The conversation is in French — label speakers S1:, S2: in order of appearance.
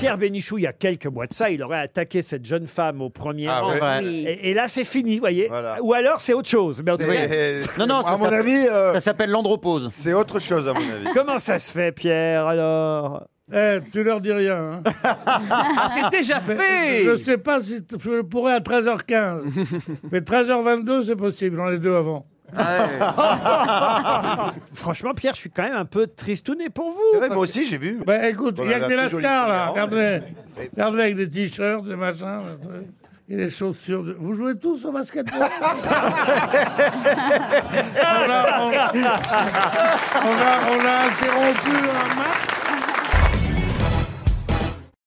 S1: Pierre Bénichou, il y a quelques mois de ça, il aurait attaqué cette jeune femme au premier
S2: Ah
S1: rang.
S2: ouais. Oui.
S1: Et, et là, c'est fini, voyez. Ou alors, c'est autre chose. Mais en tout
S2: C'est-
S1: cas-
S2: Non, non, ça À mon s'appelle- avis, euh,
S3: Ça s'appelle l'andropause.
S2: C'est autre chose, à mon avis.
S1: Comment ça se fait, Pierre, alors
S4: Eh, tu leur dis rien. hein.
S5: Ah, c'est déjà
S4: Mais
S5: fait
S4: Je sais pas si t- je le pourrais à 13h15. Mais 13h22, c'est possible, on est deux avant.
S5: Ah
S1: Franchement, Pierre, je suis quand même un peu tristouné pour vous.
S4: vrai, moi
S1: aussi, j'ai vu.
S4: Bah écoute, il y a que des lascars là. Regardez,
S1: mais-
S4: regardez avec des t-shirts, des machins, des trucs. et des chaussures. de- Vous jouez tous au basketball on, a, on- on a- on a interrompu un match.